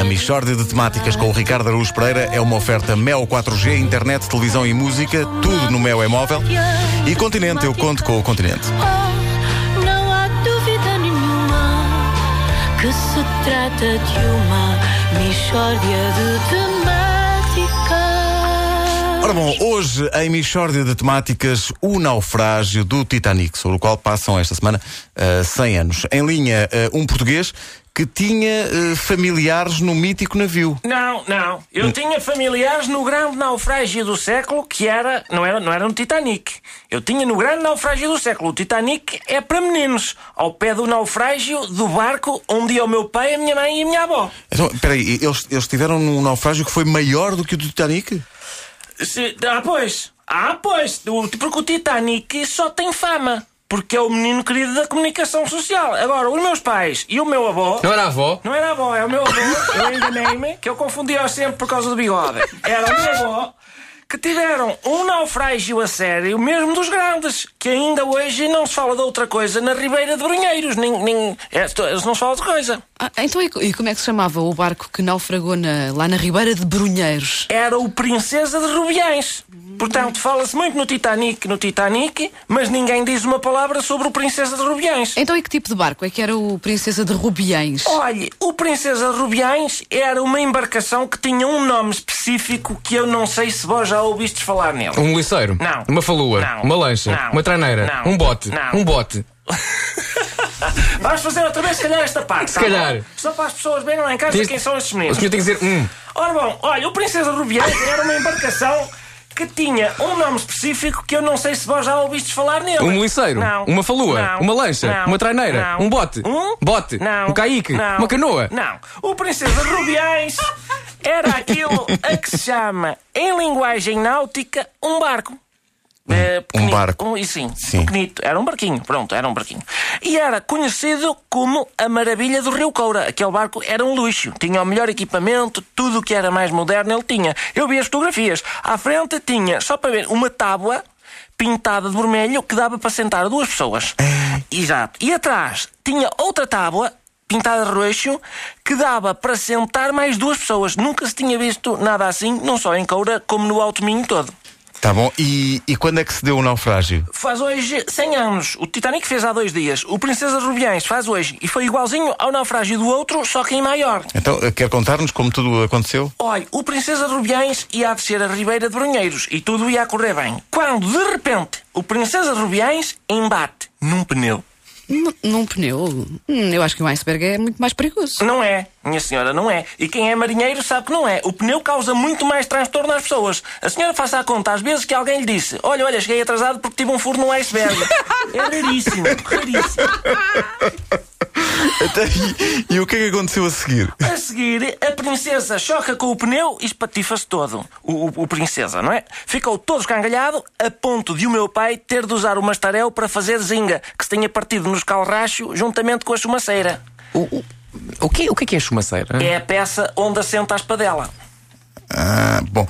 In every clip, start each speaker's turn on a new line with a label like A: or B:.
A: A Michórdia de Temáticas com o Ricardo Araújo Pereira é uma oferta Mel 4G, internet, televisão e música, tudo no Mel é móvel. E Continente, eu conto com o Continente.
B: Oh, não há dúvida nenhuma que se trata de uma mistória de temáticas.
A: Ora bom, hoje em Michórdia de Temáticas, o naufrágio do Titanic, sobre o qual passam esta semana ah, 100 anos. Em linha, ah, um português que tinha ah, familiares no mítico navio.
C: Não, não. Eu tinha familiares no grande naufrágio do século que era. Não era, não era no Titanic. Eu tinha no grande naufrágio do século. O Titanic é para meninos, ao pé do naufrágio do barco onde ia o meu pai, a minha mãe e a minha avó.
A: Então, peraí, eles, eles tiveram num naufrágio que foi maior do que o do Titanic?
C: Se- ah, pois. Ah, pois. O- Porque o Titanic só tem fama. Porque é o menino querido da comunicação social. Agora, os meus pais e o meu avô.
D: Não era a avó?
C: Não era avó, é o meu avô, eu enganei-me, que eu confundia sempre por causa do bigode. Era o meu avô que tiveram um naufrágio a sério, mesmo dos grandes, que ainda hoje não se fala de outra coisa na Ribeira de Brunheiros, nem, nem é, to- não se fala de coisa.
E: Ah, então, e, co- e como é que se chamava o barco que naufragou na- lá na Ribeira de Brunheiros?
C: Era o Princesa de Rubiães. Portanto, fala-se muito no Titanic, no Titanic, mas ninguém diz uma palavra sobre o Princesa de Rubiães.
E: Então, e que tipo de barco é que era o Princesa de Rubiães?
C: Olhe, o Princesa de Rubiães era uma embarcação que tinha um nome específico que eu não sei se vós já ouvistes falar nele.
D: Um liceiro?
C: Não.
D: Uma falua?
C: Não.
D: Uma lancha?
C: Não.
D: Uma traneira?
C: Não.
D: Um bote?
C: Não.
D: Um bote?
C: Vamos fazer outra vez, se calhar, esta parte.
D: Se
C: tá
D: calhar.
C: bom? Só para as pessoas verem lá em casa
D: Tens-
C: quem são estes
D: O
C: meninos.
D: senhor tem que dizer um.
C: Ora bom, olha, o Princesa de Rubiães era uma embarcação que tinha um nome específico que eu não sei se vós já ouvistes falar nele.
D: Um liceiro?
C: Não.
D: Uma falua?
C: Não.
D: Uma lancha?
C: Não.
D: Uma traineira?
C: Não.
D: Um bote?
C: Um?
D: Bote?
C: Não.
D: Um caique?
C: Não.
D: Uma canoa?
C: Não. O Princesa de Rubiães era aquilo a que se chama, em linguagem náutica, um barco.
D: Um
C: Eh, pequenino.
A: barco.
C: e sim,
A: Sim.
C: pequenito. Era um barquinho, pronto, era um barquinho. E era conhecido como a maravilha do Rio Coura. Aquele barco era um luxo. Tinha o melhor equipamento, tudo o que era mais moderno ele tinha. Eu vi as fotografias. À frente tinha, só para ver, uma tábua pintada de vermelho que dava para sentar duas pessoas. Exato. E atrás tinha outra tábua pintada de roxo que dava para sentar mais duas pessoas. Nunca se tinha visto nada assim, não só em Coura, como no Alto Minho todo.
A: Tá bom, e, e quando é que se deu o naufrágio?
C: Faz hoje 100 anos. O Titanic fez há dois dias. O Princesa de Rubiães faz hoje. E foi igualzinho ao naufrágio do outro, só que em maior.
A: Então, eh, quer contar-nos como tudo aconteceu?
C: Olha, o Princesa de Rubiães ia a descer a Ribeira de Brunheiros e tudo ia a correr bem. Quando, de repente, o Princesa de Rubiães embate num pneu.
E: N- num pneu? Hum, eu acho que um iceberg é muito mais perigoso.
C: Não é, minha senhora, não é. E quem é marinheiro sabe que não é. O pneu causa muito mais transtorno às pessoas. A senhora faça a conta às vezes que alguém lhe disse: Olha, olha, cheguei atrasado porque tive um furo no iceberg. É raríssimo, raríssimo.
A: Até- e, e o que é que aconteceu a seguir?
C: A seguir, a princesa choca com o pneu e espatifa-se todo. O, o- o princesa, não é? Ficou todo escangalhado a ponto de o meu pai ter de usar o mastarel para fazer zinga, que se tinha partido no escalracho juntamente com a chumaceira.
D: O, o, o, que, o que é que é chumaceira?
C: É a peça onde assenta a espadela.
A: Ah, bom,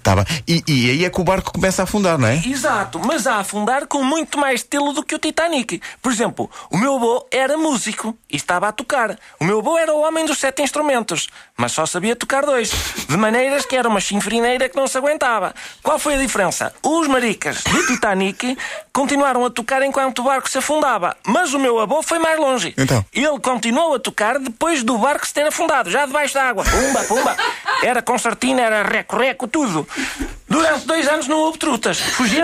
A: tá bem. E, e aí é que o barco começa a afundar, não é?
C: Exato, mas a afundar com muito mais estilo do que o Titanic. Por exemplo, o meu avô era músico e estava a tocar. O meu avô era o homem dos sete instrumentos, mas só sabia tocar dois. De maneiras que era uma chinfrineira que não se aguentava. Qual foi a diferença? Os maricas do Titanic continuaram a tocar enquanto o barco se afundava, mas o meu avô foi mais longe.
A: Então?
C: Ele continuou a tocar depois do barco se ter afundado, já debaixo da água. Pumba, pumba. Era concertina, era reco-reco, tudo. Durante dois anos não houve trutas. Fugiu.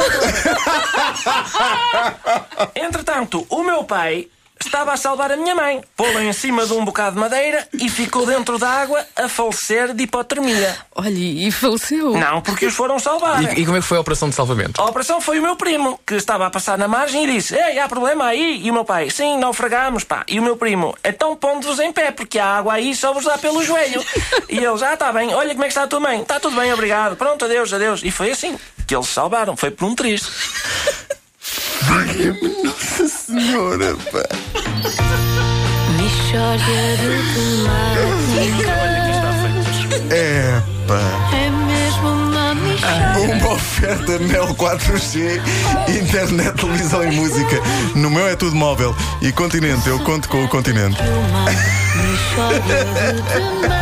C: Entretanto, o meu pai estava a salvar a minha mãe. Pô-la em cima de um bocado de madeira e ficou dentro da água a falecer de hipotermia.
E: Olha, e faleceu.
C: Não, porque os foram salvar.
D: E, e como é que foi a operação de salvamento?
C: A operação foi o meu primo, que estava a passar na margem e disse: Ei, há problema aí? E o meu pai: Sim, naufragamos, pá. E o meu primo: Então pondo-vos em pé, porque a água aí só vos dá pelo joelho. e eles: Ah, está bem, olha como é que está a tua mãe. Está tudo bem, obrigado. Pronto, adeus, adeus. E foi assim que eles salvaram. Foi por um triste.
A: Senhora, pá.
B: Mistória de temáticas.
A: É, pá.
B: É mesmo uma mistória.
A: Uma oferta Mel 4G, internet, televisão e música. No meu é tudo móvel. E continente, eu conto com o continente.
B: Uma mistória de temáticas.